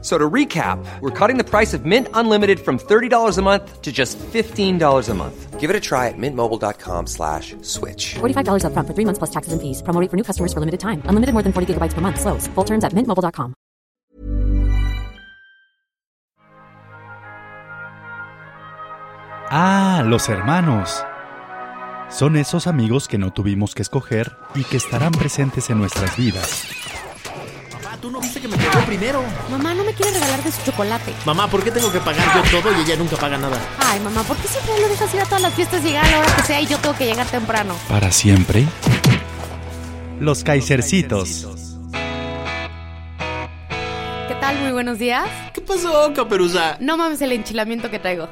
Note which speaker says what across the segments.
Speaker 1: So to recap, we're cutting the price of Mint Unlimited from $30 a month to just $15 a month. Give it a try at mintmobile.com slash switch.
Speaker 2: $45 upfront for three months plus taxes and fees. Promo rate for new customers for limited time. Unlimited more than 40 gigabytes per month. Slows. Full terms at mintmobile.com.
Speaker 3: Ah, los hermanos. Son esos amigos que no tuvimos que escoger y que estarán presentes en nuestras vidas.
Speaker 4: Papá, Ah, tú no viste que me tocó primero.
Speaker 5: Mamá no me quiere regalar de su chocolate.
Speaker 4: Mamá, ¿por qué tengo que pagar yo todo y ella nunca paga nada?
Speaker 5: Ay, mamá, ¿por qué siempre lo dejas ir a todas las fiestas y llegar a la hora que sea y yo tengo que llegar temprano?
Speaker 3: Para siempre. Los Kaisercitos.
Speaker 5: ¿Qué tal? Muy buenos días.
Speaker 4: ¿Qué pasó, Caperuza?
Speaker 5: No mames el enchilamiento que traigo.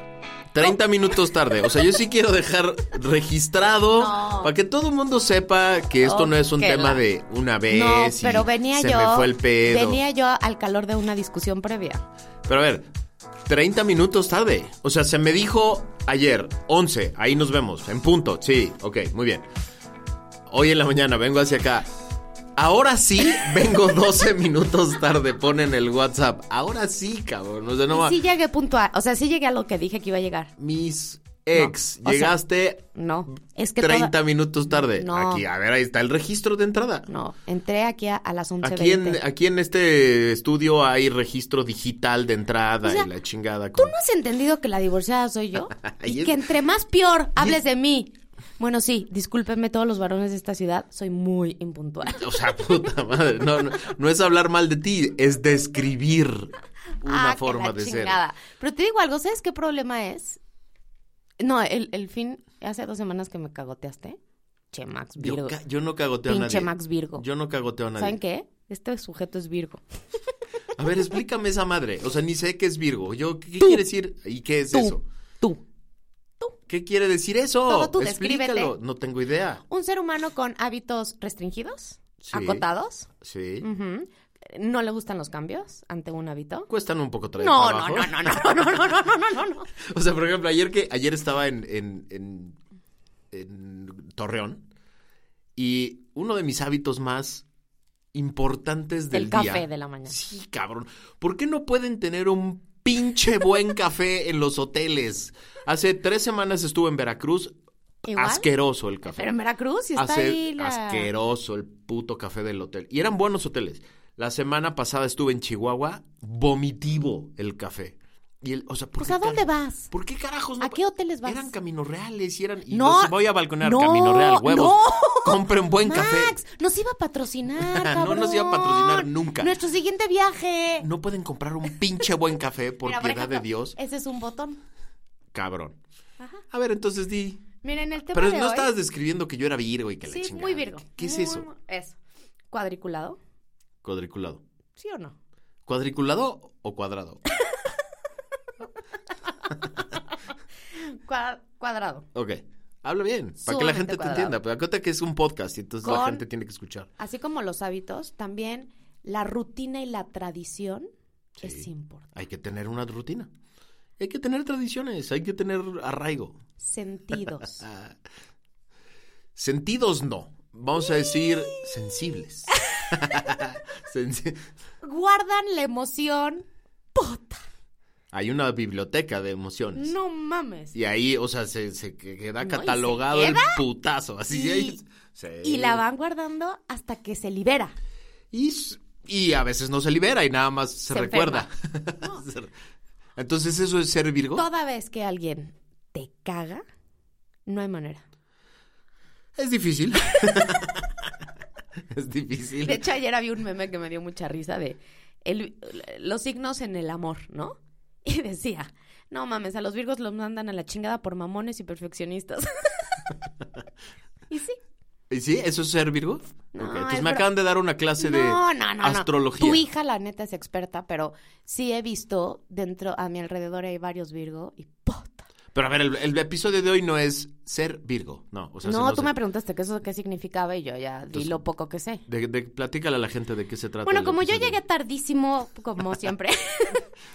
Speaker 4: 30 minutos tarde. O sea, yo sí quiero dejar registrado
Speaker 5: No.
Speaker 4: para que todo el mundo sepa que esto no es un
Speaker 5: Ojalá.
Speaker 4: tema de una vez.
Speaker 5: no,
Speaker 4: y
Speaker 5: pero venía
Speaker 4: Eh, se
Speaker 5: yo.
Speaker 4: me fue el pedo.
Speaker 5: Venía yo al calor de una discusión previa.
Speaker 4: Pero a ver, 30 minutos tarde. O sea, se me dijo ayer, 11, ahí nos vemos, en punto. Sí, ok, muy bien. Hoy en la mañana vengo hacia acá. Ahora sí, vengo 12 minutos tarde, ponen el WhatsApp. Ahora sí, cabrón. O sea, no
Speaker 5: Y
Speaker 4: va.
Speaker 5: sí llegué puntual. O sea, sí llegué a lo que dije que iba a llegar.
Speaker 4: Mis ex,
Speaker 5: No, o sea,
Speaker 4: llegaste
Speaker 5: No. Es que
Speaker 4: 30
Speaker 5: toda-
Speaker 4: minutos tarde.
Speaker 5: No.
Speaker 4: Aquí, a ver, ahí está el registro de entrada.
Speaker 5: No, entré aquí a, a las 11.20.
Speaker 4: Aquí en, aquí en este estudio hay registro digital de entrada
Speaker 5: O sea,
Speaker 4: y la chingada.
Speaker 5: ¿Tú
Speaker 4: con-
Speaker 5: no has entendido que la divorciada soy yo?
Speaker 4: Y
Speaker 5: y
Speaker 4: es-
Speaker 5: que entre más peor hables de mí. Bueno, sí, discúlpenme todos los varones de esta ciudad, soy muy impuntual.
Speaker 4: O sea, puta madre. No, no, no es hablar mal de ti, es describir una
Speaker 5: Ah, que
Speaker 4: forma
Speaker 5: la
Speaker 4: de
Speaker 5: chingada. Pero te digo algo, ¿sabes qué problema es? No, el, el fin, hace dos semanas que me cagoteaste. Che, Max
Speaker 4: ser. Yo,
Speaker 5: Virgo.
Speaker 4: ca- yo no cagoteo a nadie.
Speaker 5: Pinche Max Virgo.
Speaker 4: Yo no cagoteo a nadie.
Speaker 5: ¿Saben qué? Este sujeto es Virgo.
Speaker 4: A ver, explícame esa madre. O sea, ni sé qué es Virgo. Yo, ¿qué, qué quiere decir? ¿Y qué es eso?
Speaker 5: Tú.
Speaker 4: ¿Qué quiere decir eso?
Speaker 5: Todo tú,
Speaker 4: Explícalo.
Speaker 5: descríbete.
Speaker 4: No tengo idea.
Speaker 5: Un ser humano con hábitos restringidos,
Speaker 4: Sí.
Speaker 5: acotados.
Speaker 4: Sí.
Speaker 5: ujú, No le gustan los cambios ante un hábito.
Speaker 4: Cuestan un poco traer
Speaker 5: No, no,
Speaker 4: trabajo.
Speaker 5: no, no, no, no, no, no, no, no, no, no.
Speaker 4: O sea, por ejemplo, ayer que ayer estaba en, en, en- en Torreón y uno de mis hábitos más importantes del
Speaker 5: El
Speaker 4: día.
Speaker 5: café de la mañana.
Speaker 4: Sí, cabrón. ¿Por qué no pueden tener un pinche buen café en los hoteles? Hace tres semanas estuve en Veracruz.
Speaker 5: ¿Igual?
Speaker 4: Asqueroso el café.
Speaker 5: Pero en Veracruz y está
Speaker 4: Hace
Speaker 5: ahí la...
Speaker 4: asqueroso el puto café del hotel. Y eran buenos hoteles. La semana pasada estuve en Chihuahua, vomitivo el café. Y el, o sea, ¿por
Speaker 5: Pues,
Speaker 4: qué
Speaker 5: ¿a dónde
Speaker 4: cara-
Speaker 5: vas?
Speaker 4: ¿Por qué carajos no
Speaker 5: ¿A qué hoteles vas?
Speaker 4: Eran caminos reales y eran. Y
Speaker 5: No,
Speaker 4: los voy a balconear
Speaker 5: no,
Speaker 4: camino real, huevos.
Speaker 5: no.
Speaker 4: Compre un buen
Speaker 5: Max,
Speaker 4: café.
Speaker 5: nos iba a patrocinar,
Speaker 4: No
Speaker 5: cabrón.
Speaker 4: nos iba a patrocinar nunca.
Speaker 5: Nuestro siguiente viaje.
Speaker 4: No pueden comprar un pinche buen café, por
Speaker 5: Mira,
Speaker 4: piedad
Speaker 5: ejemplo, eh,
Speaker 4: de Dios.
Speaker 5: Ese es un botón.
Speaker 4: Cabrón. A ver, entonces di.
Speaker 5: Miren, el tema
Speaker 4: Pero
Speaker 5: de
Speaker 4: no
Speaker 5: hoy...
Speaker 4: estabas describiendo que yo era Virgo y que
Speaker 5: Sí,
Speaker 4: la chingada.
Speaker 5: muy virgo.
Speaker 4: ¿Qué es
Speaker 5: Muy,
Speaker 4: eso?
Speaker 5: muy- Eso. ¿Cuadriculado?
Speaker 4: Cuadriculado.
Speaker 5: ¿Sí o no?
Speaker 4: ¿Cuadriculado o cuadrado?
Speaker 5: Cua- cuadrado.
Speaker 4: Ok. Habla bien, para que la
Speaker 5: Sumamente
Speaker 4: gente te
Speaker 5: cuadrado.
Speaker 4: entienda. Pero acuérdate que es un podcast y entonces la
Speaker 5: Con-
Speaker 4: gente tiene que escuchar.
Speaker 5: Así como los hábitos, también la rutina y la tradición es importante.
Speaker 4: Hay que tener una rutina. Hay que tener tradiciones, hay que tener arraigo.
Speaker 5: Sentidos.
Speaker 4: Sentidos no. Vamos a decir sensibles. Sensi-
Speaker 5: Guardan la emoción. ¡Puta!
Speaker 4: Hay una biblioteca de emociones.
Speaker 5: No mames.
Speaker 4: Y ahí, o sea, se, se queda
Speaker 5: No, y se
Speaker 4: catalogado
Speaker 5: queda.
Speaker 4: el putazo. Así
Speaker 5: Y-
Speaker 4: ahí- sí.
Speaker 5: Y la van guardando hasta que se libera.
Speaker 4: Y, s- y a veces no se libera y nada más se,
Speaker 5: Se
Speaker 4: recuerda. Se- Entonces, ¿eso es ser Virgo?
Speaker 5: Toda vez que alguien te caga, no hay manera.
Speaker 4: Es difícil. es difícil.
Speaker 5: De hecho, ayer había un meme que me dio mucha risa de el- los signos en el amor, ¿no? Y decía, no mames, a los virgos los mandan a la chingada por mamones y perfeccionistas. y sí.
Speaker 4: ¿Y sí? ¿Eso es ser Virgo?
Speaker 5: No,
Speaker 4: Ok, Entonces
Speaker 5: es
Speaker 4: me
Speaker 5: bro-
Speaker 4: acaban de dar una clase de
Speaker 5: No, no, no, no.
Speaker 4: astrología.
Speaker 5: Tu hija, la neta, es experta, pero sí he visto dentro, a mi alrededor hay varios virgo y puta.
Speaker 4: Pero a ver, el, el episodio de hoy no es ser Virgo. No, o sea, si
Speaker 5: no, tú
Speaker 4: sé-
Speaker 5: me preguntaste qué eso qué significaba y yo ya di
Speaker 4: Entonces-
Speaker 5: lo poco que sé.
Speaker 4: de, de- platícale a la gente de qué se trata.
Speaker 5: Bueno,
Speaker 4: el
Speaker 5: como yo
Speaker 4: episodio.
Speaker 5: llegué tardísimo, como siempre,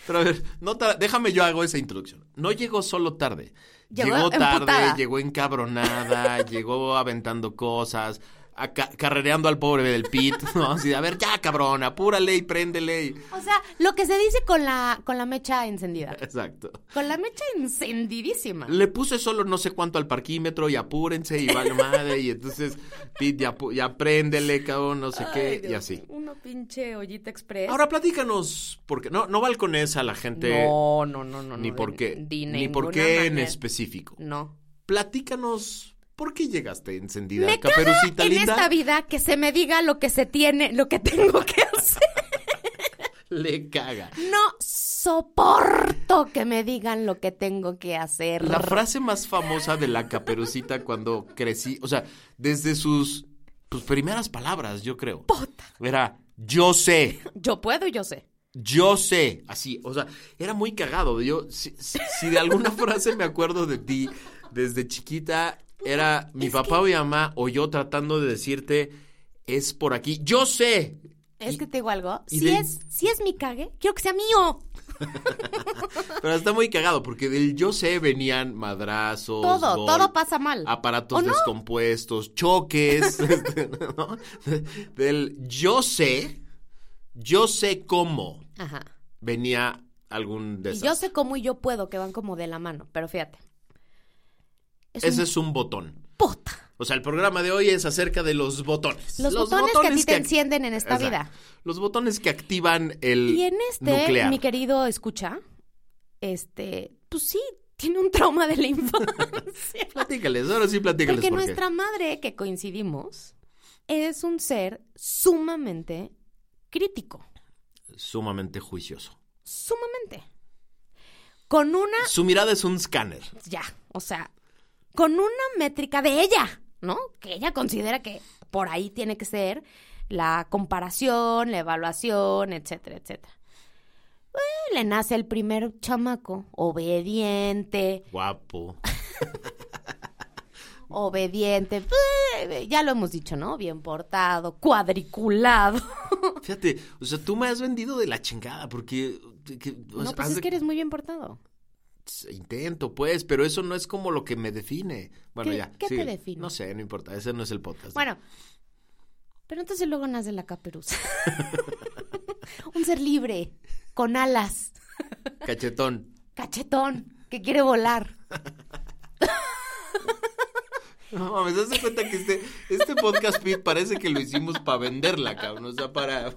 Speaker 4: Pero a ver, no tar- déjame yo hago esa introducción. No llegó solo tarde. Llegó,
Speaker 5: Llegó
Speaker 4: tarde,
Speaker 5: emputada.
Speaker 4: llegó encabronada, llegó aventando cosas, aca- carrereando al pobre del pit. ¿no? Así de, a ver, ya cabrón, apúrale y préndele. y-
Speaker 5: o sea, lo que se dice con la, con la mecha encendida.
Speaker 4: Exacto.
Speaker 5: Con la mecha encendidísima.
Speaker 4: Le puse solo no sé cuánto al parquímetro y apúrense y vale madre. Y entonces, Pit, ya, pu- ya préndele, cabrón, no sé
Speaker 5: Ay,
Speaker 4: qué,
Speaker 5: Dios,
Speaker 4: y así.
Speaker 5: Uno pinche ollita express.
Speaker 4: Ahora platícanos, porque no, no balcones a la gente
Speaker 5: no, no, no, no.
Speaker 4: ni
Speaker 5: no,
Speaker 4: por
Speaker 5: de-
Speaker 4: qué,
Speaker 5: de
Speaker 4: ni por
Speaker 5: ninguna
Speaker 4: qué en
Speaker 5: manera.
Speaker 4: específico.
Speaker 5: No.
Speaker 4: Platícanos, ¿por qué llegaste encendida,
Speaker 5: Me caga
Speaker 4: caperucita
Speaker 5: en
Speaker 4: linda?
Speaker 5: esta vida que se me diga lo que se tiene, lo que tengo que hacer.
Speaker 4: Le caga.
Speaker 5: No soporto que me digan lo que tengo que hacer.
Speaker 4: La frase más famosa de la caperucita cuando crecí, o sea, desde sus pues, primeras palabras, yo creo. Era, yo sé.
Speaker 5: Yo puedo y yo sé.
Speaker 4: Yo sé, así, o sea, era muy cagado. Yo, si, si- si de alguna frase me acuerdo de ti desde chiquita, era mi papá o mi mamá o yo tratando de decirte, es por aquí. Yo sé.
Speaker 5: Es
Speaker 4: Y-
Speaker 5: que te digo algo.
Speaker 4: y
Speaker 5: Si
Speaker 4: de-
Speaker 5: es, si es mi cague, quiero que sea mío.
Speaker 4: Pero está muy cagado porque del yo sé venían madrazos.
Speaker 5: Todo,
Speaker 4: gol-
Speaker 5: todo pasa mal.
Speaker 4: Aparatos
Speaker 5: ¿O no?
Speaker 4: descompuestos, choques. este, ¿no? Del yo sé, yo sé cómo
Speaker 5: Ajá.
Speaker 4: venía algún
Speaker 5: Y yo
Speaker 4: desastre.
Speaker 5: sé cómo y yo puedo, que van como de la mano. Pero fíjate. Es
Speaker 4: Ese
Speaker 5: un
Speaker 4: es un botón.
Speaker 5: puta.
Speaker 4: O sea, el programa de hoy es acerca de los botones.
Speaker 5: Los botones que a ti te encienden en esta vida.
Speaker 4: Los botones que activan el
Speaker 5: Y en este,
Speaker 4: nuclear.
Speaker 5: mi querido escucha, este, pues sí, tiene un trauma de la infancia.
Speaker 4: Platícales, ahora sí platícales.
Speaker 5: Porque
Speaker 4: por qué.
Speaker 5: nuestra madre, que coincidimos, es un ser sumamente crítico.
Speaker 4: Sumamente juicioso.
Speaker 5: Sumamente. Con una,
Speaker 4: Su mirada es un escáner.
Speaker 5: ya, o sea, con una métrica de ella, ¿no? Que ella considera que por ahí tiene que ser la comparación, la evaluación, etcétera, etcétera. Eh, le nace el primer chamaco, obediente,
Speaker 4: Guapo.
Speaker 5: obediente, eh, ya lo hemos dicho, ¿no? Bien portado, cuadriculado.
Speaker 4: Fíjate, o sea, tú me has vendido de la chingada porque... que- o
Speaker 5: No,
Speaker 4: sea,
Speaker 5: pues
Speaker 4: haz
Speaker 5: es
Speaker 4: de-
Speaker 5: que eres muy bien portado.
Speaker 4: Intento, pues, pero eso no es como lo que me define. Bueno,
Speaker 5: ¿Qué-
Speaker 4: ya.
Speaker 5: qué te
Speaker 4: síguele.
Speaker 5: define?
Speaker 4: No sé, no importa. Ese no es el podcast.
Speaker 5: Bueno, pero entonces luego nace la caperuza. Un ser libre, con alas,
Speaker 4: Cachetón.
Speaker 5: cachetón, que quiere volar.
Speaker 4: No mames, ¿te das cuenta que este, este podcast Pete parece que lo hicimos para venderla, cabrón? O sea, para,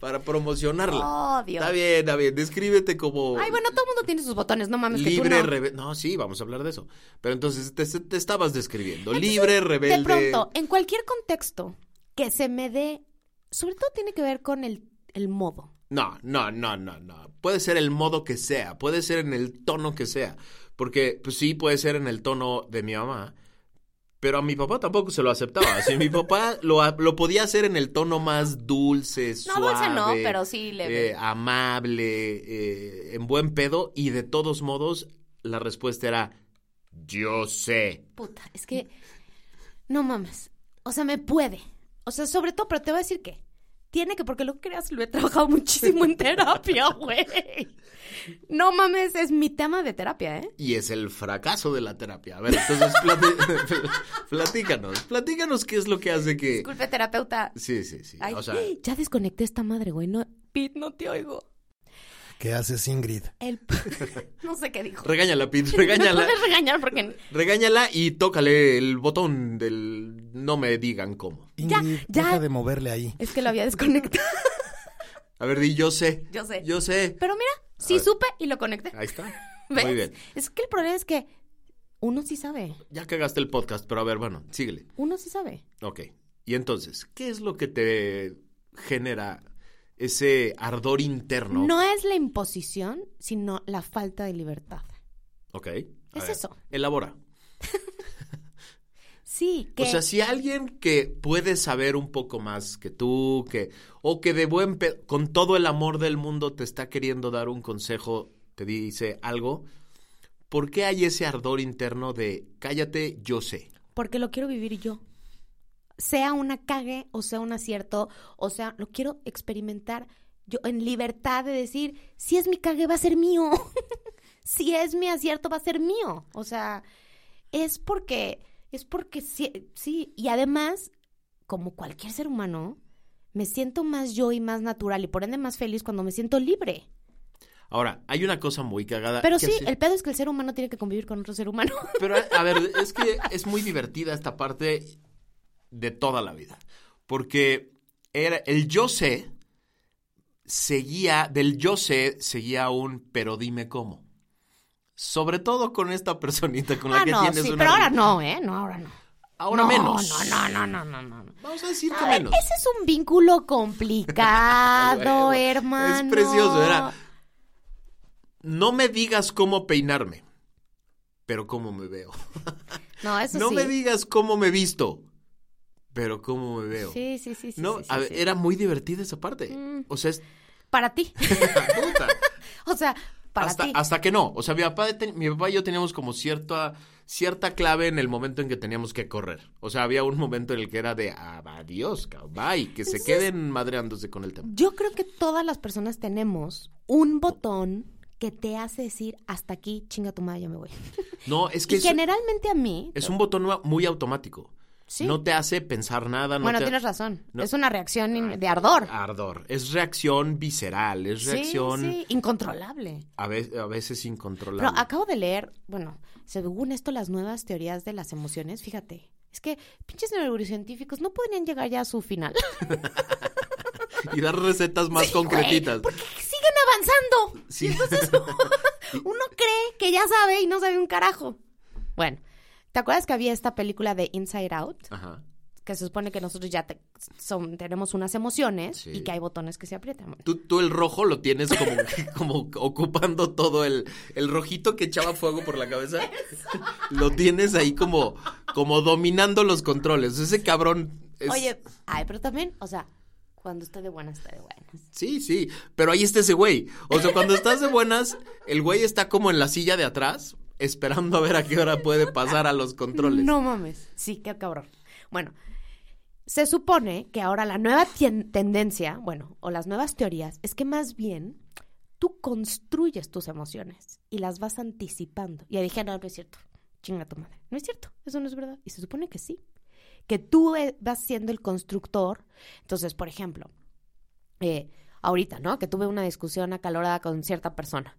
Speaker 4: para promocionarla.
Speaker 5: Oh, Dios.
Speaker 4: Está bien, está bien. Descríbete como
Speaker 5: Ay, bueno, todo el mundo tiene sus botones, no mames, que tú
Speaker 4: libre,
Speaker 5: no.
Speaker 4: rebelde. No, sí, vamos a hablar de eso. Pero entonces te, te estabas describiendo. libre, rebelde.
Speaker 5: De pronto, en cualquier contexto que se me dé, sobre todo tiene que ver con el, el modo.
Speaker 4: No, no, no, no, no. Puede ser el modo que sea, puede ser en el tono que sea. Porque, pues sí, puede ser en el tono de mi mamá, pero a mi papá tampoco se lo aceptaba. Si mi papá lo, a- lo podía hacer en el tono más dulce,
Speaker 5: No,
Speaker 4: suave.
Speaker 5: dulce no, pero sí leve.
Speaker 4: eh, amable, eh, en buen pedo, y de todos modos, la respuesta era, yo sé.
Speaker 5: Puta, es que no mames. O sea, me puede. O sea, sobre todo, pero te voy a decir que tiene que, porque lo creas, lo he trabajado muchísimo en terapia, güey. No mames, es mi tema de terapia, ¿eh?
Speaker 4: Y es el fracaso de la terapia. A ver, entonces, plati- platícanos, platícanos qué es lo que hace que...
Speaker 5: Disculpe, terapeuta.
Speaker 4: Sí, sí, sí.
Speaker 5: Ay,
Speaker 4: o sea,
Speaker 5: ya desconecté esta madre, güey. No, Pete, no te oigo.
Speaker 6: ¿Qué haces, Ingrid?
Speaker 5: El... no sé qué dijo.
Speaker 4: regáñala, Pete,
Speaker 5: Me
Speaker 4: regáñala.
Speaker 5: puedes regañar porque
Speaker 4: Regáñala y tócale el botón del no me digan cómo.
Speaker 6: Ingrid,
Speaker 5: ya.
Speaker 6: deja de moverle ahí.
Speaker 5: es que lo había desconectado.
Speaker 4: A ver, di yo sé.
Speaker 5: Yo sé.
Speaker 4: Yo sé.
Speaker 5: Pero mira, sí supe y lo conecté.
Speaker 4: Ahí está.
Speaker 5: ¿Ves?
Speaker 4: Muy bien.
Speaker 5: Es que el problema es que uno sí sabe.
Speaker 4: Ya cagaste el podcast, pero a ver, bueno, síguele.
Speaker 5: Uno sí sabe.
Speaker 4: Ok. Y entonces, ¿qué es lo que te genera ese ardor interno?
Speaker 5: No es la imposición, sino la falta de libertad.
Speaker 4: Ok. a
Speaker 5: Es
Speaker 4: ver,
Speaker 5: eso.
Speaker 4: Elabora.
Speaker 5: Sí, que
Speaker 4: O sea, si alguien que puede saber un poco más que tú, que o que de buen pe- con todo el amor del mundo te está queriendo dar un consejo, te dice algo, ¿Por qué hay ese ardor interno de cállate, yo sé?
Speaker 5: Porque lo quiero vivir yo. Sea una cague o sea un acierto, o sea, lo quiero experimentar yo en libertad de decir, si es mi cague va a ser mío, si es mi acierto va a ser mío. O sea, es porque, es porque sí, sí. y además, como cualquier ser humano, me siento más yo y más natural y por ende más feliz cuando me siento libre.
Speaker 4: Ahora, hay una cosa muy cagada.
Speaker 5: Pero
Speaker 4: Ah, que
Speaker 5: sí,
Speaker 4: hace-
Speaker 5: el pedo es que el ser humano tiene que convivir con otro ser humano.
Speaker 4: Pero, a ver, es que es muy divertida esta parte de toda la vida. Porque era el yo sé seguía, del yo sé seguía un pero dime cómo. Sobre todo con esta personita con la
Speaker 5: ah,
Speaker 4: que
Speaker 5: no,
Speaker 4: tienes
Speaker 5: sí,
Speaker 4: una.
Speaker 5: pero ahora
Speaker 4: re-
Speaker 5: no, ¿eh? No, ahora no.
Speaker 4: Ahora
Speaker 5: no,
Speaker 4: menos.
Speaker 5: No, no, no, no, no, no.
Speaker 4: Vamos a decir que
Speaker 5: A ver,
Speaker 4: menos.
Speaker 5: ese es un vínculo complicado,
Speaker 4: Bueno,
Speaker 5: hermano.
Speaker 4: Es precioso, era. No me digas cómo peinarme, pero cómo me veo.
Speaker 5: No, eso
Speaker 4: no
Speaker 5: sí.
Speaker 4: me digas cómo me visto, pero cómo me veo.
Speaker 5: Sí, sí, sí, sí.
Speaker 4: No,
Speaker 5: sí, sí,
Speaker 4: a ver,
Speaker 5: sí. Mm.
Speaker 4: era muy divertida esa parte. O sea, es...
Speaker 5: Para ti.
Speaker 4: puta.
Speaker 5: o sea, para
Speaker 4: hasta,
Speaker 5: ti.
Speaker 4: hasta que no. O sea, mi papá, ten- mi papá y yo teníamos como cierta, cierta clave en el momento en que teníamos que correr. O sea, había un momento en el que era de "Ah, adiós, cabrón, bye, que se queden madreándose con el tema.
Speaker 5: Yo creo que todas las personas tenemos un botón que te hace decir hasta aquí, chinga tu madre, yo me voy.
Speaker 4: No, es que
Speaker 5: Y
Speaker 4: es,
Speaker 5: generalmente a mí.
Speaker 4: es un botón mua- muy automático.
Speaker 5: Sí.
Speaker 4: No te hace pensar nada. No
Speaker 5: bueno,
Speaker 4: te-
Speaker 5: tienes razón.
Speaker 4: no.
Speaker 5: Es una reacción in- de ardor.
Speaker 4: Ardor. Es reacción visceral, es
Speaker 5: Sí,
Speaker 4: reacción
Speaker 5: sí, incontrolable.
Speaker 4: A, veces, a veces incontrolable.
Speaker 5: Pero acabo de leer, bueno, según esto, las nuevas teorías de las emociones, fíjate, es que pinches neurocientíficos no podrían llegar ya a su final.
Speaker 4: Y dar recetas más concretitas.
Speaker 5: Güey, Porque siguen avanzando.
Speaker 4: Sí.
Speaker 5: Y entonces uno cree que ya sabe y no sabe un carajo. Bueno, ¿te acuerdas que había esta película de Inside Out?
Speaker 4: Ajá.
Speaker 5: Que se supone que nosotros ya te- son- tenemos unas emociones
Speaker 4: Sí.
Speaker 5: y que hay botones que se aprietan. Bueno,
Speaker 4: Tú, tú el rojo lo tienes como, como ocupando todo el, el rojito que echaba fuego por la cabeza. lo tienes ahí como, como dominando los controles. Ese cabrón. es-
Speaker 5: Oye, ay, pero también, o sea, cuando está de buenas, está de buenas.
Speaker 4: Sí, sí. Pero ahí está ese güey. O sea, cuando estás de buenas, el güey está como en la silla de atrás, esperando a ver a qué hora puede pasar a los controles.
Speaker 5: No mames. Sí, qué cabrón. Bueno, se supone que ahora la nueva tien- tendencia, bueno, o las nuevas teorías, es que más bien tú construyes tus emociones y las vas anticipando. Y dije, no, no es cierto. Chinga tu madre. No es cierto. Eso no es verdad. Y se supone que sí. Que tú eh, vas siendo el constructor. Entonces, por ejemplo, eh, ahorita, ¿no? Que tuve una discusión acalorada con cierta persona.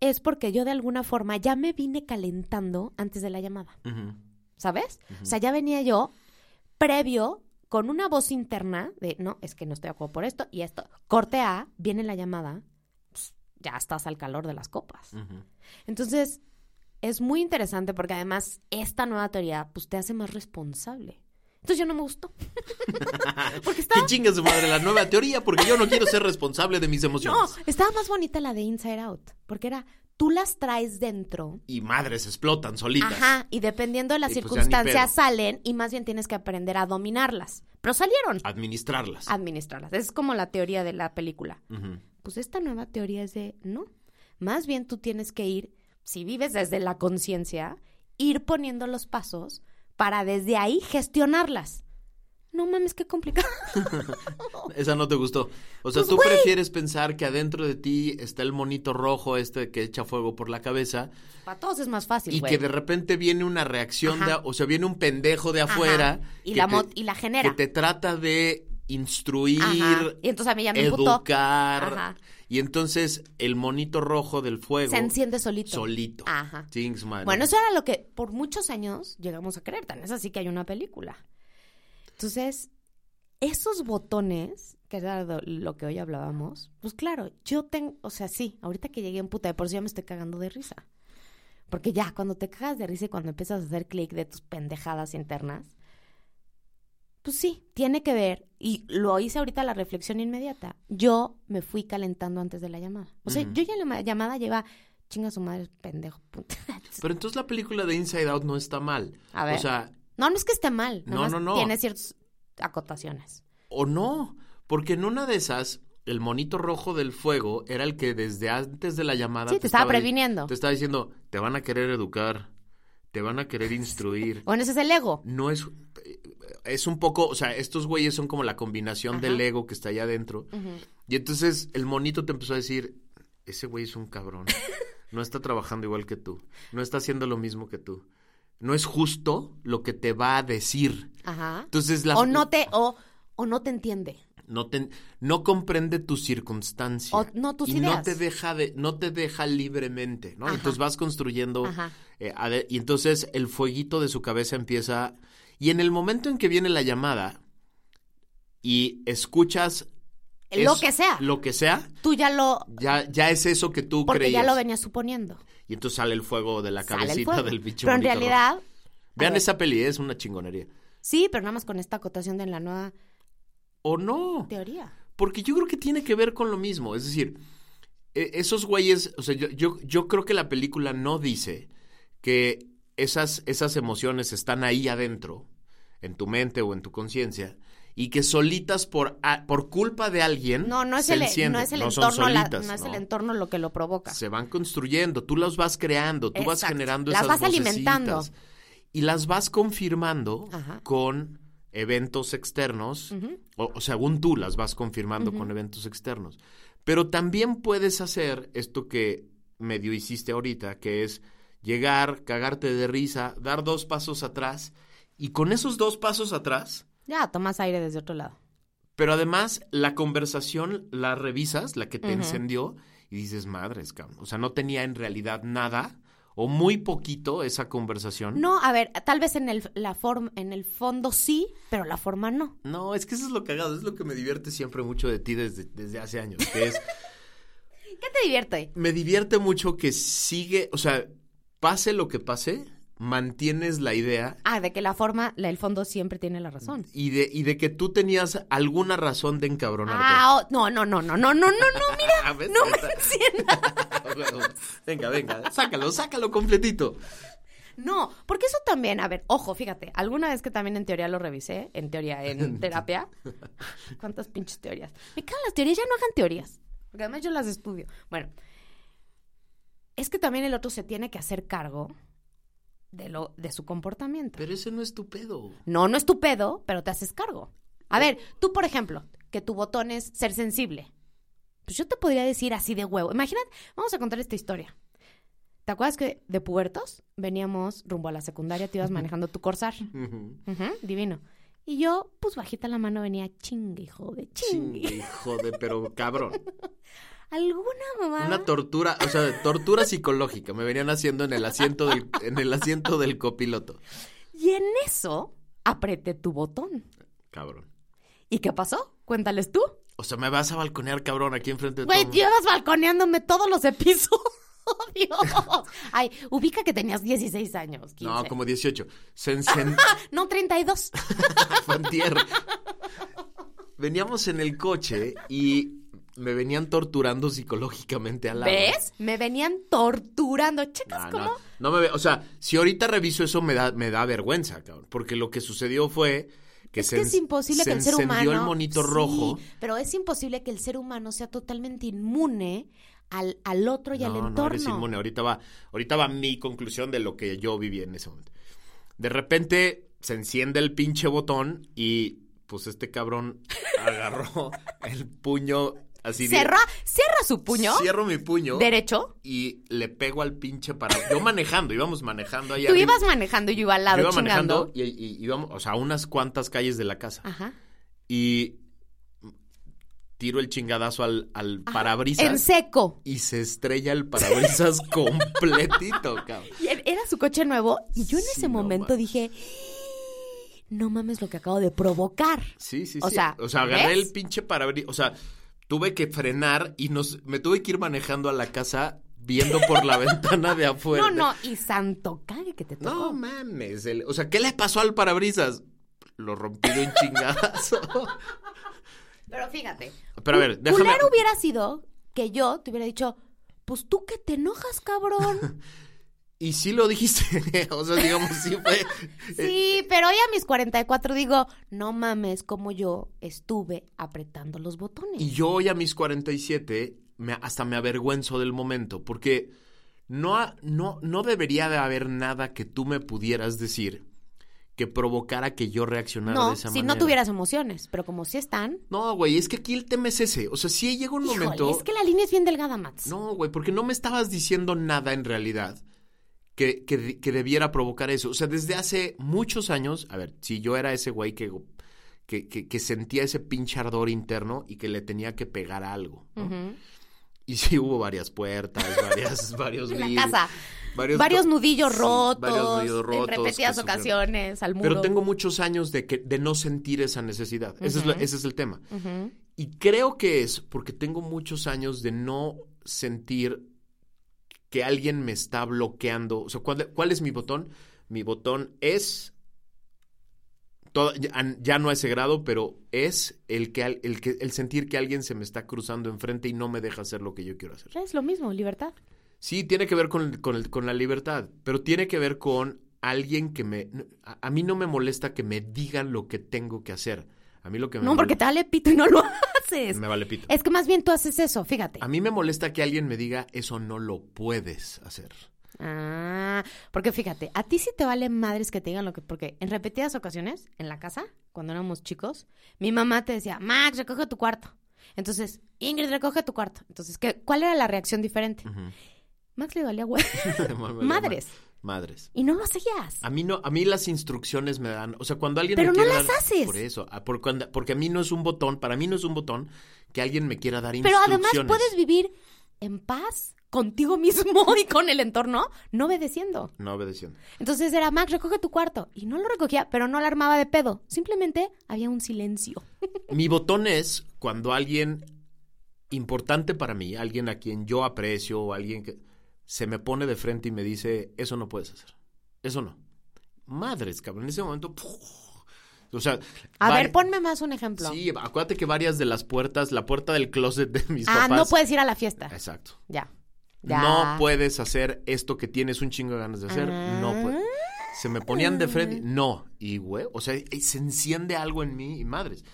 Speaker 5: Es porque yo de alguna forma ya me vine calentando antes de la llamada.
Speaker 4: Ujú.
Speaker 5: ¿sabes? O sea, ya venía yo previo con una voz interna de, no, es que no estoy de acuerdo por esto y esto. Corte A, viene la llamada, pues, ya estás al calor de las copas. Entonces, es muy interesante porque además esta nueva teoría, pues, te hace más responsable. Entonces, yo no me gustó. porque
Speaker 4: Que
Speaker 5: estaba...
Speaker 4: chingue su madre la nueva teoría porque yo no quiero ser responsable de mis
Speaker 5: No,
Speaker 4: emociones.
Speaker 5: estaba más bonita la de Inside Out, porque era, tú las traes dentro
Speaker 4: Y madres explotan solitas.
Speaker 5: Ajá, y dependiendo de las
Speaker 4: Y pues ya ni
Speaker 5: circunstancias
Speaker 4: pedo.
Speaker 5: salen y más bien tienes que aprender a dominarlas. Pero salieron a
Speaker 4: Administrarlas.
Speaker 5: administrarlas. Es como la teoría de la película.
Speaker 4: Ujú.
Speaker 5: Pues esta nueva teoría es de, no, más bien tú tienes que ir, si vives desde la conciencia, ir poniendo los pasos para desde ahí gestionarlas. No mames, qué complicado.
Speaker 4: Esa no te gustó. O sea,
Speaker 5: Pues,
Speaker 4: tú
Speaker 5: güey.
Speaker 4: prefieres pensar que adentro de ti está el monito rojo este que echa fuego por la cabeza
Speaker 5: para todos es más fácil,
Speaker 4: y
Speaker 5: güey.
Speaker 4: que de repente viene una reacción, de,
Speaker 5: Ajá.
Speaker 4: o sea, viene un pendejo de
Speaker 5: Ajá.
Speaker 4: afuera
Speaker 5: Y
Speaker 4: que
Speaker 5: la
Speaker 4: te-
Speaker 5: mo- y la genera.
Speaker 4: que te trata de instruir,
Speaker 5: Ajá. Y entonces a mí ya me emputó.
Speaker 4: educar.
Speaker 5: Ajá.
Speaker 4: Y entonces el monito rojo del fuego
Speaker 5: Se enciende solito.
Speaker 4: solito.
Speaker 5: Ajá.
Speaker 4: Chingues, madre.
Speaker 5: Ah. Bueno, eso era lo que por muchos años llegamos a creer. Tan es así que hay una película. Entonces, esos botones, que era do- lo que hoy hablábamos, pues claro, yo tengo, o sea, sí, ahorita que llegué en puta de por sí ya me estoy cagando de risa. Porque ya, cuando te cagas de risa y cuando empiezas a hacer clic de tus pendejadas internas, pues sí, tiene que ver. Y lo hice ahorita la reflexión inmediata. Yo me fui calentando antes de la llamada. O sea, yo ya en la ma- llamada lleva, chinga su madre, pendejo, puta.
Speaker 4: Pero entonces la película de Inside Out no está mal.
Speaker 5: A ver.
Speaker 4: O sea,
Speaker 5: No, no es que esté mal.
Speaker 4: No,
Speaker 5: No,
Speaker 4: no, no.
Speaker 5: Tiene ciertas acotaciones.
Speaker 4: o no, porque en una de esas el monito rojo del fuego era el que desde antes de la llamada.
Speaker 5: Sí, te estaba previniendo.
Speaker 4: Te estaba diciendo, te van a querer educar, te van a querer instruir.
Speaker 5: Bueno, ese es el ego.
Speaker 4: No es. eh, Es un poco. O sea, estos güeyes son como la combinación del ego que está allá adentro. Y entonces el monito te empezó a decir: Ese güey es un cabrón. No está trabajando igual que tú. No está haciendo lo mismo que tú. No es justo lo que te va a decir.
Speaker 5: Ajá.
Speaker 4: Entonces la.
Speaker 5: O no te, o, o no te entiende.
Speaker 4: No, te- no comprende tu circunstancia.
Speaker 5: O no tus
Speaker 4: y No
Speaker 5: ideas.
Speaker 4: te deja, de, no te deja libremente, ¿no?
Speaker 5: Ajá.
Speaker 4: Entonces vas construyendo.
Speaker 5: Ajá.
Speaker 4: eh, ade- y entonces el fueguito de su cabeza empieza. Y en el momento en que viene la llamada y escuchas.
Speaker 5: Lo
Speaker 4: es-
Speaker 5: que sea.
Speaker 4: Lo que sea,
Speaker 5: Tú ya lo,
Speaker 4: ya, ya es eso que tú
Speaker 5: porque
Speaker 4: creías.
Speaker 5: ya lo venías suponiendo.
Speaker 4: Y entonces sale el fuego de la
Speaker 5: Sale el
Speaker 4: cabecita
Speaker 5: fuego.
Speaker 4: del bicho.
Speaker 5: Pero en
Speaker 4: bonito rojo.
Speaker 5: realidad,
Speaker 4: Vean
Speaker 5: ver.
Speaker 4: esa peli, es una chingonería.
Speaker 5: sí, pero nada más con esta acotación de la nueva
Speaker 4: ¿O no?
Speaker 5: teoría.
Speaker 4: Porque yo creo que tiene que ver con lo mismo. Es decir, e- esos güeyes, o sea, yo, yo, yo creo que la película no dice que esas, esas emociones están ahí adentro, en tu mente o en tu conciencia, y que solitas por, a- por culpa de alguien
Speaker 5: No, no es
Speaker 4: se
Speaker 5: el, e, no
Speaker 4: encienden.
Speaker 5: es el
Speaker 4: son
Speaker 5: entorno, la-
Speaker 4: solitas,
Speaker 5: no es el
Speaker 4: ¿no?
Speaker 5: entorno lo que lo provoca.
Speaker 4: Se van construyendo, tú las vas creando, tú vas
Speaker 5: Exacto.
Speaker 4: generando
Speaker 5: Las
Speaker 4: esas
Speaker 5: vas alimentando.
Speaker 4: vocecitas. Y las vas confirmando
Speaker 5: Ajá.
Speaker 4: con eventos externos, o, o según tú las vas confirmando con eventos externos. Pero también puedes hacer esto que medio hiciste ahorita, que es llegar, cagarte de risa, dar dos pasos atrás, y con esos dos pasos atrás,
Speaker 5: Ya, tomas aire desde otro lado.
Speaker 4: pero además, la conversación la revisas, la que te encendió, y dices, madres, cabrón. O sea, no tenía en realidad nada o muy poquito esa conversación.
Speaker 5: No, a ver, tal vez en el, la forma, en el fondo sí, pero la forma no.
Speaker 4: No, es que eso es lo cagado, es lo que me divierte siempre mucho de ti desde, desde hace años. Que es,
Speaker 5: ¿Qué te divierte?
Speaker 4: me divierte mucho que sigue, o sea, pase lo que pase, mantienes la idea
Speaker 5: Ah, de que la forma, la- el fondo siempre tiene la razón.
Speaker 4: y de, y de que tú tenías alguna razón de encabronarte.
Speaker 5: Ah, oh, no, no, no, no, no, no, no, no, mira,
Speaker 4: ¿Ves?
Speaker 5: no me
Speaker 4: Esta-
Speaker 5: enciendas.
Speaker 4: venga, venga, sácalo, sácalo completito.
Speaker 5: No, porque eso también, a ver, ojo, fíjate, alguna vez que también en teoría lo revisé, en teoría, en terapia, cuántas pinches teorías. Me cagan las teorías, ya no hagan teorías, porque además yo las estudio. Bueno, es que también el otro se tiene que hacer cargo de, lo, de su comportamiento.
Speaker 4: Pero ese no es tu pedo.
Speaker 5: No, no es tu pedo, pero te haces cargo. A ver, tú, por ejemplo, que tu botón es ser sensible. Pues yo te podría decir así de huevo. Imagínate, vamos a contar esta historia. ¿Te acuerdas que de Puertos veníamos rumbo a la secundaria, te ibas manejando tu Corsar? Ujú, divino. Y yo, pues bajita la mano, venía chingue, hijo de chingue.
Speaker 4: Chingue, joder, pero cabrón.
Speaker 5: ¿Alguna mamá?
Speaker 4: Una tortura, o sea, tortura psicológica. Me venían haciendo en el asiento del, en el asiento del copiloto.
Speaker 5: Y en eso, apreté tu botón.
Speaker 4: Cabrón.
Speaker 5: ¿Y qué pasó? Cuéntales tú.
Speaker 4: O sea, me vas a balconear, cabrón, aquí enfrente de
Speaker 5: Güey,
Speaker 4: todo.
Speaker 5: llevas balconeándome todos los episodios. Ay, ubica que tenías 16 años. 15.
Speaker 4: No, como 18. Se encendió.
Speaker 5: No, 32.
Speaker 4: Fantier. Veníamos en el coche y me venían torturando psicológicamente al lado.
Speaker 5: ¿Ves? Me venían torturando. Checas
Speaker 4: No,
Speaker 5: cómo.
Speaker 4: no, no me ve- o sea, si ahorita reviso eso me da, me da vergüenza, cabrón, porque lo que sucedió fue que
Speaker 5: Es
Speaker 4: se
Speaker 5: que es
Speaker 4: en-
Speaker 5: imposible
Speaker 4: se
Speaker 5: que el ser
Speaker 4: encendió
Speaker 5: humano.
Speaker 4: el monito
Speaker 5: Sí,
Speaker 4: rojo.
Speaker 5: Pero es imposible que el ser humano sea totalmente inmune al, al otro y al
Speaker 4: no,
Speaker 5: entorno.
Speaker 4: no eres inmune. Ahorita va, ahorita va mi conclusión de lo que yo viví en ese momento. De repente se enciende el pinche botón y pues este cabrón agarró el puño así. de-
Speaker 5: Cerra, cierra su puño.
Speaker 4: Cierro mi puño.
Speaker 5: Derecho.
Speaker 4: Y le pego al pinche para. Yo manejando, íbamos manejando allá.
Speaker 5: Tú ibas manejando y yo iba al lado
Speaker 4: Yo iba manejando
Speaker 5: chingando. Ah.
Speaker 4: y, y- y íbamos, o sea, a unas cuantas calles de la casa.
Speaker 5: Ajá.
Speaker 4: Y tiro el chingadazo al, al parabrisas.
Speaker 5: En seco.
Speaker 4: y se estrella el parabrisas completito, cabrón.
Speaker 5: Y er- era su coche nuevo y yo en
Speaker 4: Sí,
Speaker 5: ese
Speaker 4: no
Speaker 5: momento
Speaker 4: mames.
Speaker 5: dije, no mames lo que acabo de provocar.
Speaker 4: Sí, sí,
Speaker 5: O
Speaker 4: sí.
Speaker 5: sea,
Speaker 4: o sea, agarré
Speaker 5: ¿ves?
Speaker 4: el pinche parabrisas. O sea, tuve que frenar y nos, me tuve que ir manejando a la casa viendo por la ventana de afuera.
Speaker 5: No, no, y santo cague que te
Speaker 4: No
Speaker 5: tocó.
Speaker 4: mames. el- o sea, ¿qué le pasó al parabrisas? Lo rompí de un chingadazo.
Speaker 5: Pero fíjate,
Speaker 4: Pero a ver, déjame.
Speaker 5: culero hubiera sido que yo te hubiera dicho, pues tú que te enojas, cabrón.
Speaker 4: Y sí lo dijiste. o sea, digamos, sí fue.
Speaker 5: Sí, pero hoy a mis 44 digo, no mames, como yo estuve apretando los botones.
Speaker 4: Y yo hoy a mis 47 me, hasta me avergüenzo del momento, porque no, ha- no, no debería de haber nada que tú me pudieras decir que provocara que yo reaccionara
Speaker 5: no,
Speaker 4: de esa
Speaker 5: si
Speaker 4: manera.
Speaker 5: no tuvieras emociones, pero como sí están,
Speaker 4: No, güey, es que aquí el tema es ese. O sea, sí llega un
Speaker 5: híjole,
Speaker 4: momento...
Speaker 5: es que la línea es bien delgada, Mats.
Speaker 4: No, güey, porque no me estabas diciendo nada en realidad que, que- que debiera provocar eso. O sea, desde hace muchos años, a ver, si yo era ese güey que, que, que- que sentía ese pinche ardor interno y que le tenía que pegar a algo. ¿no?
Speaker 5: Ujú.
Speaker 4: Y sí hubo varias puertas, varias, varios
Speaker 5: En la
Speaker 4: vidrios,
Speaker 5: casa. Varios,
Speaker 4: to-
Speaker 5: nudillos
Speaker 4: sí,
Speaker 5: rotos,
Speaker 4: varios nudillos rotos
Speaker 5: en repetidas
Speaker 4: que sufrieron.
Speaker 5: ocasiones, al muro.
Speaker 4: Pero tengo muchos años de, que, de no sentir esa necesidad. Ese es la- ese es el tema.
Speaker 5: Ujú.
Speaker 4: Y creo que es porque tengo muchos años de no sentir que alguien me está bloqueando. O sea, ¿cuál, cuál es mi botón? Mi botón es. todo- ya, ya no a ese grado, pero es el, que, al- el, que, el sentir que alguien se me está cruzando enfrente y no me deja hacer lo que yo quiero hacer.
Speaker 5: Es lo mismo, libertad.
Speaker 4: Sí, tiene que ver con, con el- con la libertad, pero tiene que ver con alguien que me... A, a mí no me molesta que me digan lo que tengo que hacer. A mí lo que me
Speaker 5: No,
Speaker 4: mol-
Speaker 5: porque te vale pito y no lo haces.
Speaker 4: Me Ah. vale pito.
Speaker 5: Es este. que más bien tú haces eso, fíjate.
Speaker 4: A mí me molesta que alguien me diga, eso no lo puedes hacer.
Speaker 5: Ah, porque fíjate, a ti sí te vale madres que te digan lo que, porque en repetidas ocasiones, en la casa, cuando éramos chicos, mi mamá te decía, Max, recoge tu cuarto. Entonces, Ingrid, recoge tu cuarto. Entonces, ¿qué, ¿cuál era la reacción diferente?
Speaker 4: Mm.
Speaker 5: Max le valía güey. Madres.
Speaker 4: Madres.
Speaker 5: Y no lo hacías.
Speaker 4: A mí no, a mí las instrucciones me dan, o sea, cuando alguien
Speaker 5: Pero
Speaker 4: me
Speaker 5: no
Speaker 4: quiere
Speaker 5: las
Speaker 4: dar-
Speaker 5: haces.
Speaker 4: por eso, ah, por cuando- porque a mí no es un botón, para mí no es un botón que alguien me quiera dar
Speaker 5: Pero
Speaker 4: instrucciones.
Speaker 5: además puedes vivir en paz contigo mismo y con el entorno, no obedeciendo.
Speaker 4: no obedeciendo.
Speaker 5: Entonces era, Max, recoge tu cuarto. Y no lo recogía, pero no la armaba de pedo. Simplemente había un silencio.
Speaker 4: Mi botón es cuando alguien importante para mí, alguien a quien yo aprecio o alguien que se me pone de frente y me dice, eso no puedes hacer. Eso no. Madres, cabrón. En ese momento... ¡puf! O sea...
Speaker 5: A
Speaker 4: vari-
Speaker 5: ver, ponme más un ejemplo.
Speaker 4: Sí, acuérdate que varias de las puertas, la puerta del closet de mis
Speaker 5: ah,
Speaker 4: papás...
Speaker 5: no puedes ir a la fiesta.
Speaker 4: Exacto.
Speaker 5: Ya. Ya.
Speaker 4: No puedes hacer esto que tienes un chingo de ganas de hacer. No
Speaker 5: Ah.
Speaker 4: puedes. Se me ponían de frente. No. Y, güey, o sea, y se enciende algo en mí y madres.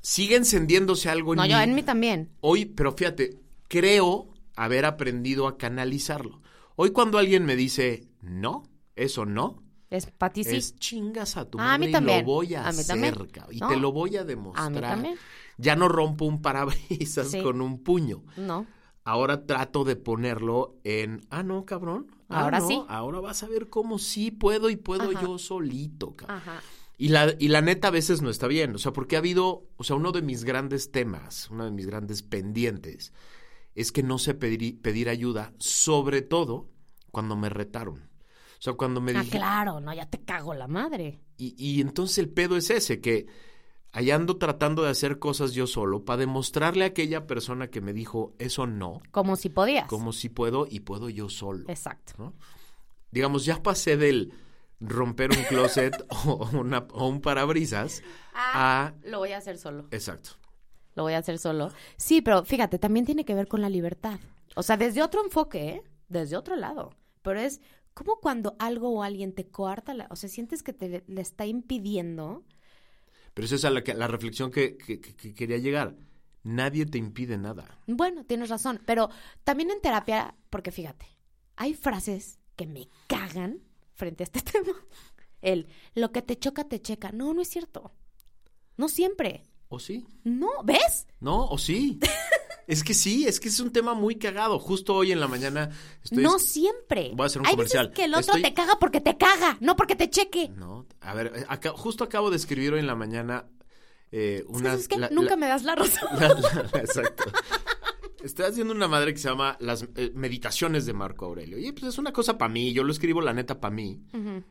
Speaker 4: Sigue encendiéndose algo en
Speaker 5: No,
Speaker 4: mí.
Speaker 5: yo en mí también.
Speaker 4: Hoy, pero fíjate, creo haber aprendido a canalizarlo. Hoy cuando alguien me dice, no, eso no,
Speaker 5: Es para ti sí.
Speaker 4: es chingas a tu
Speaker 5: Ah, a mí
Speaker 4: madre y
Speaker 5: también.
Speaker 4: lo voy a,
Speaker 5: A mí también.
Speaker 4: hacer, cabrón, y
Speaker 5: No.
Speaker 4: te lo voy a demostrar.
Speaker 5: también.
Speaker 4: Ya no rompo un parabrisas
Speaker 5: Sí.
Speaker 4: con un puño.
Speaker 5: No.
Speaker 4: Ahora trato de ponerlo en, ah, no, cabrón. ah,
Speaker 5: Ahora
Speaker 4: no,
Speaker 5: sí.
Speaker 4: Ahora vas a ver cómo sí puedo y puedo yo solito, cabrón.
Speaker 5: Ajá.
Speaker 4: Y la, y la neta a veces no está bien. O sea, porque ha habido, o sea, uno de mis grandes temas, uno de mis grandes pendientes, es que no sé pedir, pedir ayuda, sobre todo cuando me retaron. O sea, cuando me
Speaker 5: Ah,
Speaker 4: dije,
Speaker 5: claro, no, ya te cago la madre.
Speaker 4: y, y entonces el pedo es ese, que ahí ando tratando de hacer cosas yo solo para demostrarle a aquella persona que me dijo, eso no,
Speaker 5: Como si podías.
Speaker 4: como sí puedo y puedo yo solo.
Speaker 5: Exacto.
Speaker 4: ¿no? Digamos, ya pasé del romper un closet o, una- o un parabrisas a...
Speaker 5: Lo voy a hacer solo.
Speaker 4: Exacto.
Speaker 5: Lo voy a hacer solo. Sí, pero fíjate, también tiene que ver con la libertad. O sea, desde otro enfoque, ¿eh? Desde otro lado. Pero es como cuando algo o alguien te coarta, la- o sea, sientes que te le- le está impidiendo.
Speaker 4: Pero esa es a la, que- la reflexión que, que- que- que quería llegar. Nadie te impide nada.
Speaker 5: Bueno, tienes razón, pero también en terapia, porque fíjate, hay frases que me cagan frente a este tema. El, lo que te choca, te checa. No, no es cierto. No siempre.
Speaker 4: ¿O sí?
Speaker 5: No, ¿ves?
Speaker 4: ¿No? ¿O sí? es que sí, es que es un tema muy cagado. Justo hoy en la mañana estoy...
Speaker 5: no siempre.
Speaker 4: Voy a hacer un
Speaker 5: hay
Speaker 4: comercial.
Speaker 5: veces que el otro
Speaker 4: Estoy-
Speaker 5: te caga porque te caga, no porque te cheque.
Speaker 4: No, a ver, eh, acá- justo acabo de escribir hoy en la mañana eh,
Speaker 5: Es que,
Speaker 4: unas...
Speaker 5: ¿sabes qué?
Speaker 4: la-
Speaker 5: Nunca
Speaker 4: la-
Speaker 5: me das la razón.
Speaker 4: La- la- la- exacto. Estoy haciendo una madre que se llama Las eh, Meditaciones de Marco Aurelio. Y pues es una cosa para mí, yo lo escribo la neta para mí.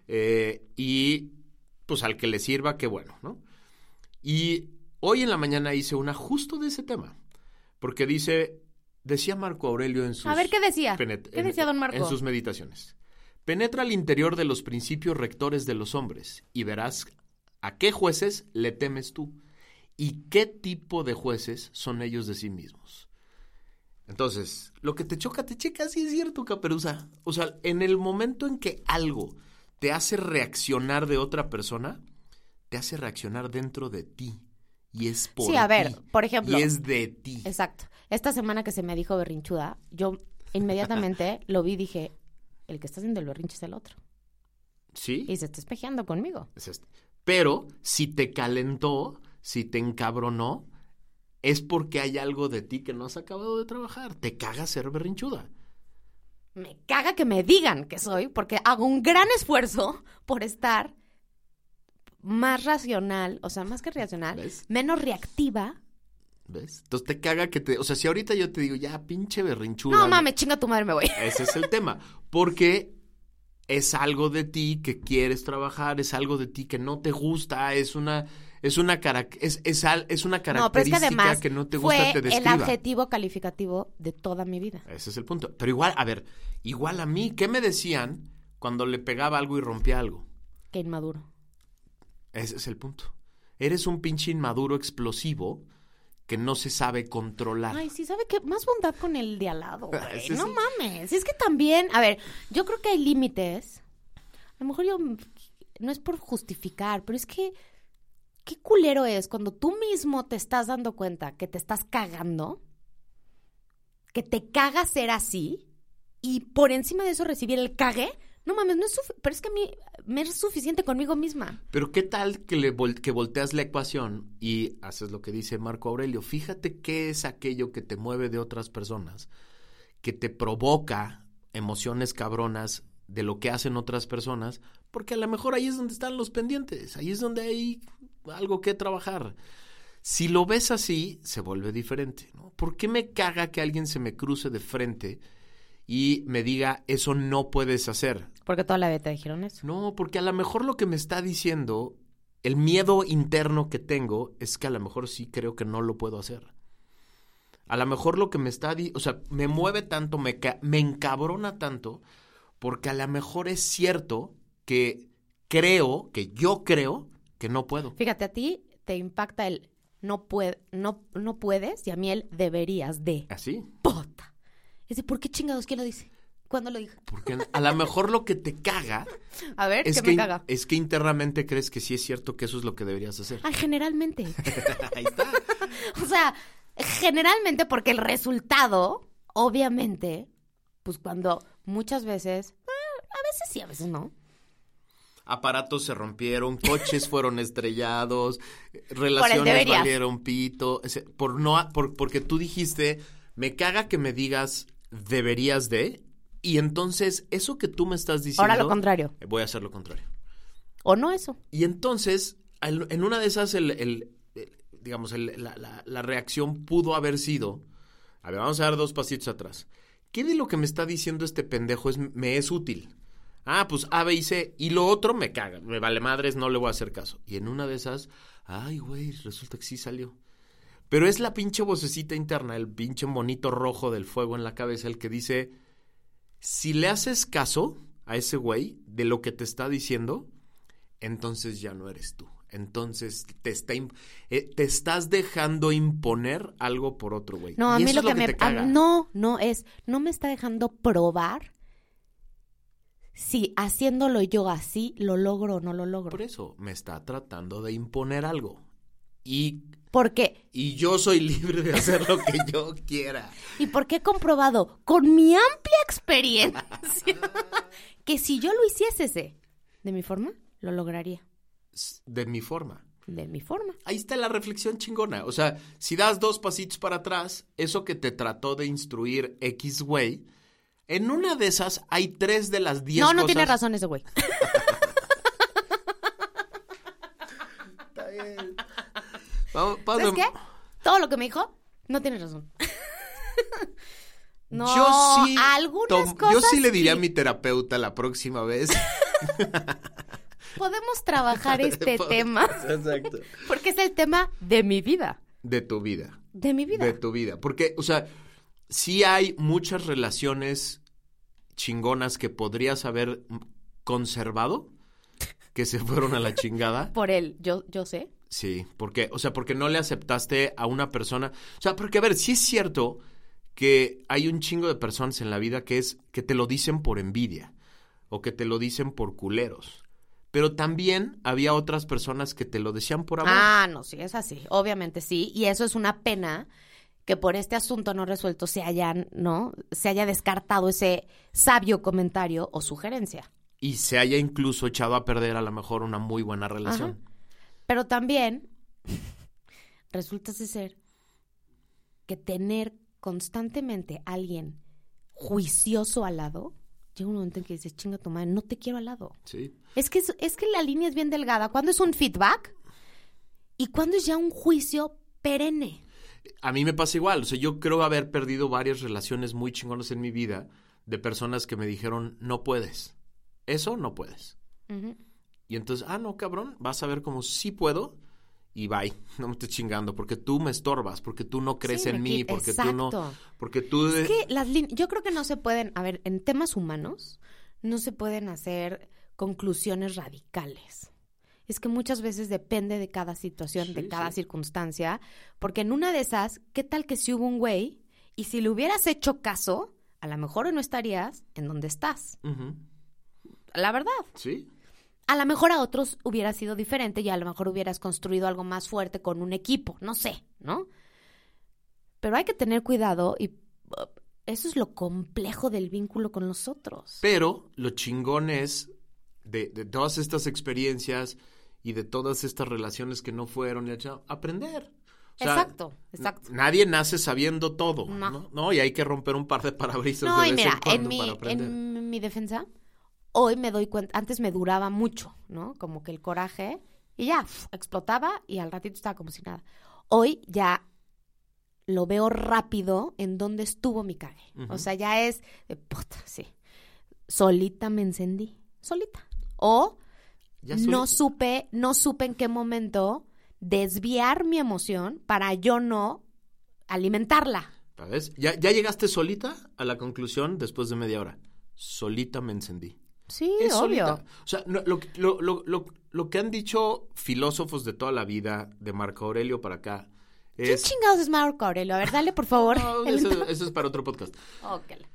Speaker 4: Eh, y pues al que le sirva, qué bueno, ¿no? Y hoy en la mañana hice una justo de ese tema. Porque dice, decía Marco Aurelio en sus...
Speaker 5: A ver, ¿qué decía?
Speaker 4: penet-
Speaker 5: Ah, ¿Qué
Speaker 4: en-
Speaker 5: decía don Marco?
Speaker 4: En sus meditaciones. Penetra al interior de los principios rectores de los hombres y verás a qué jueces le temes tú y qué tipo de jueces son ellos de sí mismos. Entonces, lo que te choca, te checa, sí es cierto, caperuza. O sea, en el momento en que algo te hace reaccionar de otra persona, te hace reaccionar dentro de ti. Y es por
Speaker 5: Sí, a ver,
Speaker 4: ti,
Speaker 5: por ejemplo.
Speaker 4: Y es de ti.
Speaker 5: Exacto. Esta semana que se me dijo berrinchuda, yo inmediatamente lo vi y dije, el que está haciendo el berrinche es el otro.
Speaker 4: ¿Sí?
Speaker 5: Y se está espejeando conmigo.
Speaker 4: Es este. Pero si te calentó, si te encabronó, es porque hay algo de ti que no has acabado de trabajar. Te caga ser berrinchuda.
Speaker 5: Me caga que me digan que soy porque hago un gran esfuerzo por estar más racional, o sea, más que racional,
Speaker 4: ¿Ves?
Speaker 5: menos reactiva.
Speaker 4: ¿Ves? Entonces te caga que te. O sea, si ahorita yo te digo, ya, pinche berrinchuda.
Speaker 5: No mames, chinga tu madre, me voy.
Speaker 4: Ese es el tema. Porque es algo de ti que quieres trabajar, es algo de ti que no te gusta, es una. Es una, cara- es, es al- es una
Speaker 5: No, pero es que
Speaker 4: característica
Speaker 5: además
Speaker 4: que no te
Speaker 5: fue
Speaker 4: gusta, te
Speaker 5: el
Speaker 4: describa.
Speaker 5: adjetivo calificativo de toda mi vida.
Speaker 4: Ese es el punto. Pero igual, a ver, igual a mí, ¿qué me decían cuando le pegaba algo y rompía algo?
Speaker 5: Que inmaduro.
Speaker 4: Ese es el punto. Eres un pinche inmaduro explosivo que no se sabe controlar.
Speaker 5: Ay, sí, ¿sabe qué? Más bondad con el de al lado, güey.
Speaker 4: Ese
Speaker 5: no
Speaker 4: Ah. sí.
Speaker 5: mames. Es que también, a ver, yo creo que hay límites. A lo mejor yo, no es por justificar, pero es que, qué culero es cuando tú mismo te estás dando cuenta que te estás cagando, que te caga ser así, y por encima de eso recibir el cague. No mames, no es sufi- pero es que a mí me es suficiente conmigo misma.
Speaker 4: Pero ¿qué tal que, le vol- que volteas la ecuación y haces lo que dice Marco Aurelio? Fíjate qué es aquello que te mueve de otras personas, que te provoca emociones cabronas de lo que hacen otras personas, porque a lo mejor ahí es donde están los pendientes, ahí es donde hay algo que trabajar. Si lo ves así, se vuelve diferente. ¿no? ¿Por qué me caga que alguien se me cruce de frente y me diga, eso no puedes hacer?
Speaker 5: Porque toda la vida te dijeron eso.
Speaker 4: No, porque a lo mejor lo que me está diciendo, el miedo interno que tengo, es que a lo mejor sí creo que no lo puedo hacer. A lo mejor lo que me está, di- o sea, me mueve tanto, me, ca- me encabrona tanto, porque a lo mejor es cierto que creo, que yo creo que no puedo.
Speaker 5: Fíjate, a ti te impacta el no, puede, no, no puedes y a mí el deberías de.
Speaker 4: Así.
Speaker 5: Puta. Es de, ¿por qué chingados? ¿Quién lo dice? ¿Cuándo lo dijo?
Speaker 4: Porque a lo mejor lo que te caga
Speaker 5: A ver,
Speaker 4: es
Speaker 5: que,
Speaker 4: que,
Speaker 5: me caga.
Speaker 4: es que internamente crees que sí es cierto que eso es lo que deberías hacer.
Speaker 5: Ay, generalmente.
Speaker 4: Ahí está.
Speaker 5: o sea, generalmente porque el resultado, obviamente, pues cuando muchas veces, ah, a veces sí, a veces no.
Speaker 4: Aparatos se rompieron, coches fueron estrellados, relaciones
Speaker 5: deberías.
Speaker 4: valieron pito, ese- por no a- por- porque tú dijiste, me caga que me digas deberías de y entonces eso que tú me estás diciendo
Speaker 5: Ahora lo contrario.
Speaker 4: eh, voy a hacer lo contrario.
Speaker 5: O no eso.
Speaker 4: Y entonces al- en una de esas el, el- el- digamos el- la, la- la reacción pudo haber sido, a ver, vamos a dar dos pasitos atrás. ¿Qué de lo que me está diciendo este pendejo es, me es útil? Ah, pues A, B y C. Y lo otro me caga. Me vale madres, no le voy a hacer caso. Y en una de esas, ay, güey, resulta que sí salió. Pero es la pinche vocecita interna, el pinche monito rojo del fuego en la cabeza, el que dice, si le haces caso a ese güey de lo que te está diciendo, entonces ya no eres tú. Entonces te, está imp- eh, te estás dejando imponer algo por otro güey.
Speaker 5: No, a
Speaker 4: Y
Speaker 5: mí
Speaker 4: eso
Speaker 5: lo
Speaker 4: es
Speaker 5: que, me...
Speaker 4: te
Speaker 5: a-
Speaker 4: caga.
Speaker 5: no, no es, no me está dejando probar si haciéndolo yo así lo logro o no lo logro.
Speaker 4: Por eso me está tratando de imponer algo. Y,
Speaker 5: Porque,
Speaker 4: y yo soy libre de hacer lo que yo quiera.
Speaker 5: y porque he comprobado con mi amplia experiencia que si yo lo hiciese ese, de mi forma, lo lograría.
Speaker 4: S- De mi forma.
Speaker 5: De mi forma.
Speaker 4: Ahí está la reflexión chingona. O sea, si das dos pasitos para atrás, eso que te trató de instruir X güey, en una de esas hay tres de las diez
Speaker 5: No, no
Speaker 4: cosas- Ah,
Speaker 5: tiene razón ese güey.
Speaker 4: Vamos,
Speaker 5: ¿Sabes
Speaker 4: Pablo,
Speaker 5: qué? Todo lo que me dijo, no tiene razón. No,
Speaker 4: yo sí
Speaker 5: algunas
Speaker 4: tom-
Speaker 5: cosas
Speaker 4: Yo sí le diría a mi terapeuta la próxima vez.
Speaker 5: podemos trabajar este tema
Speaker 4: Exacto.
Speaker 5: porque es el tema de mi vida.
Speaker 4: De tu vida.
Speaker 5: De mi vida.
Speaker 4: De tu vida. Porque, o sea, sí hay muchas relaciones chingonas que podrías haber conservado, que se fueron a la chingada.
Speaker 5: Por él, yo, yo sé.
Speaker 4: Sí, porque, o sea, porque no le aceptaste a una persona. O sea, porque, a ver, sí es cierto que que hay un chingo de personas en la vida que es que te lo dicen por envidia o que te lo dicen por culeros. Pero también había otras personas que te lo decían por amor.
Speaker 5: Ah, no, sí, es así. Obviamente sí. Y eso es una pena que por este asunto no resuelto se hayan, ¿no? Se haya descartado ese sabio comentario o sugerencia.
Speaker 4: Y se haya incluso echado a perder a lo mejor una muy buena relación.
Speaker 5: Pero también resulta ese ser que tener constantemente a alguien juicioso al lado, llega un momento en que dices, chinga tu madre, no te quiero al lado.
Speaker 4: Sí.
Speaker 5: Es que, es, es que la línea es bien delgada. ¿Cuándo es un feedback? ¿Y cuándo es ya un juicio perenne?
Speaker 4: A mí me pasa igual. O sea, yo creo haber perdido varias relaciones muy chingonas en mi vida de personas que me dijeron, no puedes. Eso no puedes. Y entonces, ah, no, cabrón, vas a ver como sí puedo y bye. No me estés chingando porque tú me estorbas, porque tú no crees
Speaker 5: Sí, me
Speaker 4: en mí,
Speaker 5: quit-
Speaker 4: porque tú
Speaker 5: exacto.
Speaker 4: no. Porque tú. de-
Speaker 5: Es que las lin- yo creo que no se pueden, a ver, en temas humanos no se pueden hacer conclusiones radicales. Es que muchas veces depende de cada situación, de cada circunstancia, porque en una de esas, ¿qué tal que si hubo un güey y si le hubieras hecho caso, a lo mejor hoy no estarías en donde estás?
Speaker 4: Ujú.
Speaker 5: La verdad.
Speaker 4: Sí.
Speaker 5: A lo mejor a otros hubiera sido diferente y a lo mejor hubieras construido algo más fuerte con un equipo, no sé, ¿no? Pero hay que tener cuidado y uh, eso es lo complejo del vínculo con los otros.
Speaker 4: Pero lo chingón es de, de todas estas experiencias y de todas estas relaciones que no fueron, y la chingada, aprender. O sea,
Speaker 5: Exacto, exacto.
Speaker 4: n- Nadie nace sabiendo todo,
Speaker 5: No.
Speaker 4: ¿no? No, y hay que romper un par de parabrisas
Speaker 5: No,
Speaker 4: de
Speaker 5: y
Speaker 4: vez
Speaker 5: mira,
Speaker 4: en
Speaker 5: en
Speaker 4: cuando
Speaker 5: mi,
Speaker 4: para aprender.
Speaker 5: en mi defensa, hoy me doy cuenta, antes me duraba mucho, ¿no? Como que el coraje y ya, pf, explotaba y al ratito estaba como si nada. Hoy ya lo veo rápido en dónde estuvo mi cague. O sea, ya es, de, puta, sí, solita me encendí, solita. O
Speaker 4: Ya
Speaker 5: no
Speaker 4: soy-
Speaker 5: supe, no supe en qué momento desviar mi emoción para yo no alimentarla.
Speaker 4: ¿Sabes? ¿Ya, ya llegaste solita a la conclusión después de media hora. Solita me encendí.
Speaker 5: Sí,
Speaker 4: Es
Speaker 5: obvio.
Speaker 4: solita. O sea, no, lo, que- lo- lo- lo- lo que han dicho filósofos de toda la vida, de Marco Aurelio para acá,
Speaker 5: ¿Qué
Speaker 4: es...
Speaker 5: chingados es Marco Aurelio? A ver, dale por favor.
Speaker 4: No,
Speaker 5: el-
Speaker 4: eso, eso es para otro podcast.
Speaker 5: Oh, que la-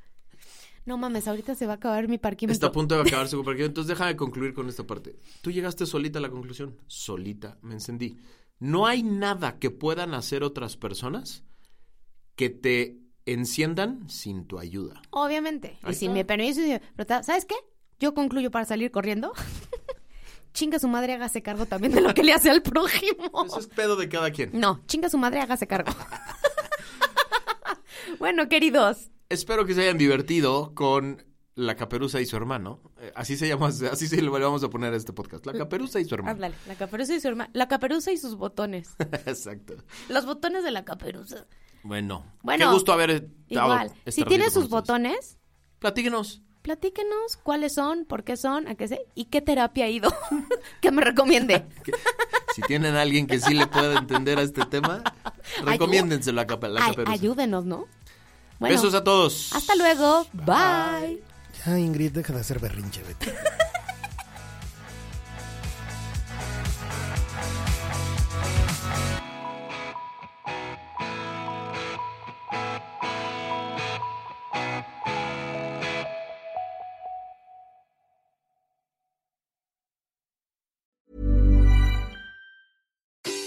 Speaker 5: No mames, ahorita se va a acabar mi parquímetro.
Speaker 4: Está a punto de acabar su compartido. Entonces déjame concluir con esta parte. Tú llegaste solita a la conclusión. Solita, me encendí. No hay nada que puedan hacer otras personas que te enciendan sin tu ayuda.
Speaker 5: Obviamente.
Speaker 4: Ahí
Speaker 5: y sin
Speaker 4: está.
Speaker 5: mi permiso, y- pero ta- ¿sabes qué? Yo concluyo para salir corriendo. chinga su madre, hágase cargo también de lo que le hace al prójimo.
Speaker 4: Eso es pedo de cada quien.
Speaker 5: No, chinga su madre, hágase cargo. bueno, queridos.
Speaker 4: Espero que se hayan divertido con La Caperuza y su hermano. Eh, Así se llama, así se le vamos a poner a este podcast. La Caperuza y su hermano.
Speaker 5: Háblale. La caperuza y su herma- La caperuza y sus botones.
Speaker 4: Exacto.
Speaker 5: Los botones de la caperuza.
Speaker 4: Bueno,
Speaker 5: Bueno,
Speaker 4: qué gusto haber estado
Speaker 5: Igual.
Speaker 4: este
Speaker 5: si
Speaker 4: ratito
Speaker 5: tiene
Speaker 4: con
Speaker 5: sus
Speaker 4: ustedes.
Speaker 5: botones,
Speaker 4: Platíquenos.
Speaker 5: Platíquenos cuáles son, por qué son, a qué sé, y qué terapia ha ido que me recomiende.
Speaker 4: Si tienen a alguien que sí le pueda entender a este tema, recomiéndenselo a Capa- la
Speaker 5: Ay,
Speaker 4: Caperuza.
Speaker 5: ayúdenos, ¿no? Bueno,
Speaker 4: Besos a todos.
Speaker 5: hasta luego. Bye.
Speaker 6: Ya, Ingrid, deja de hacer berrinche, vete.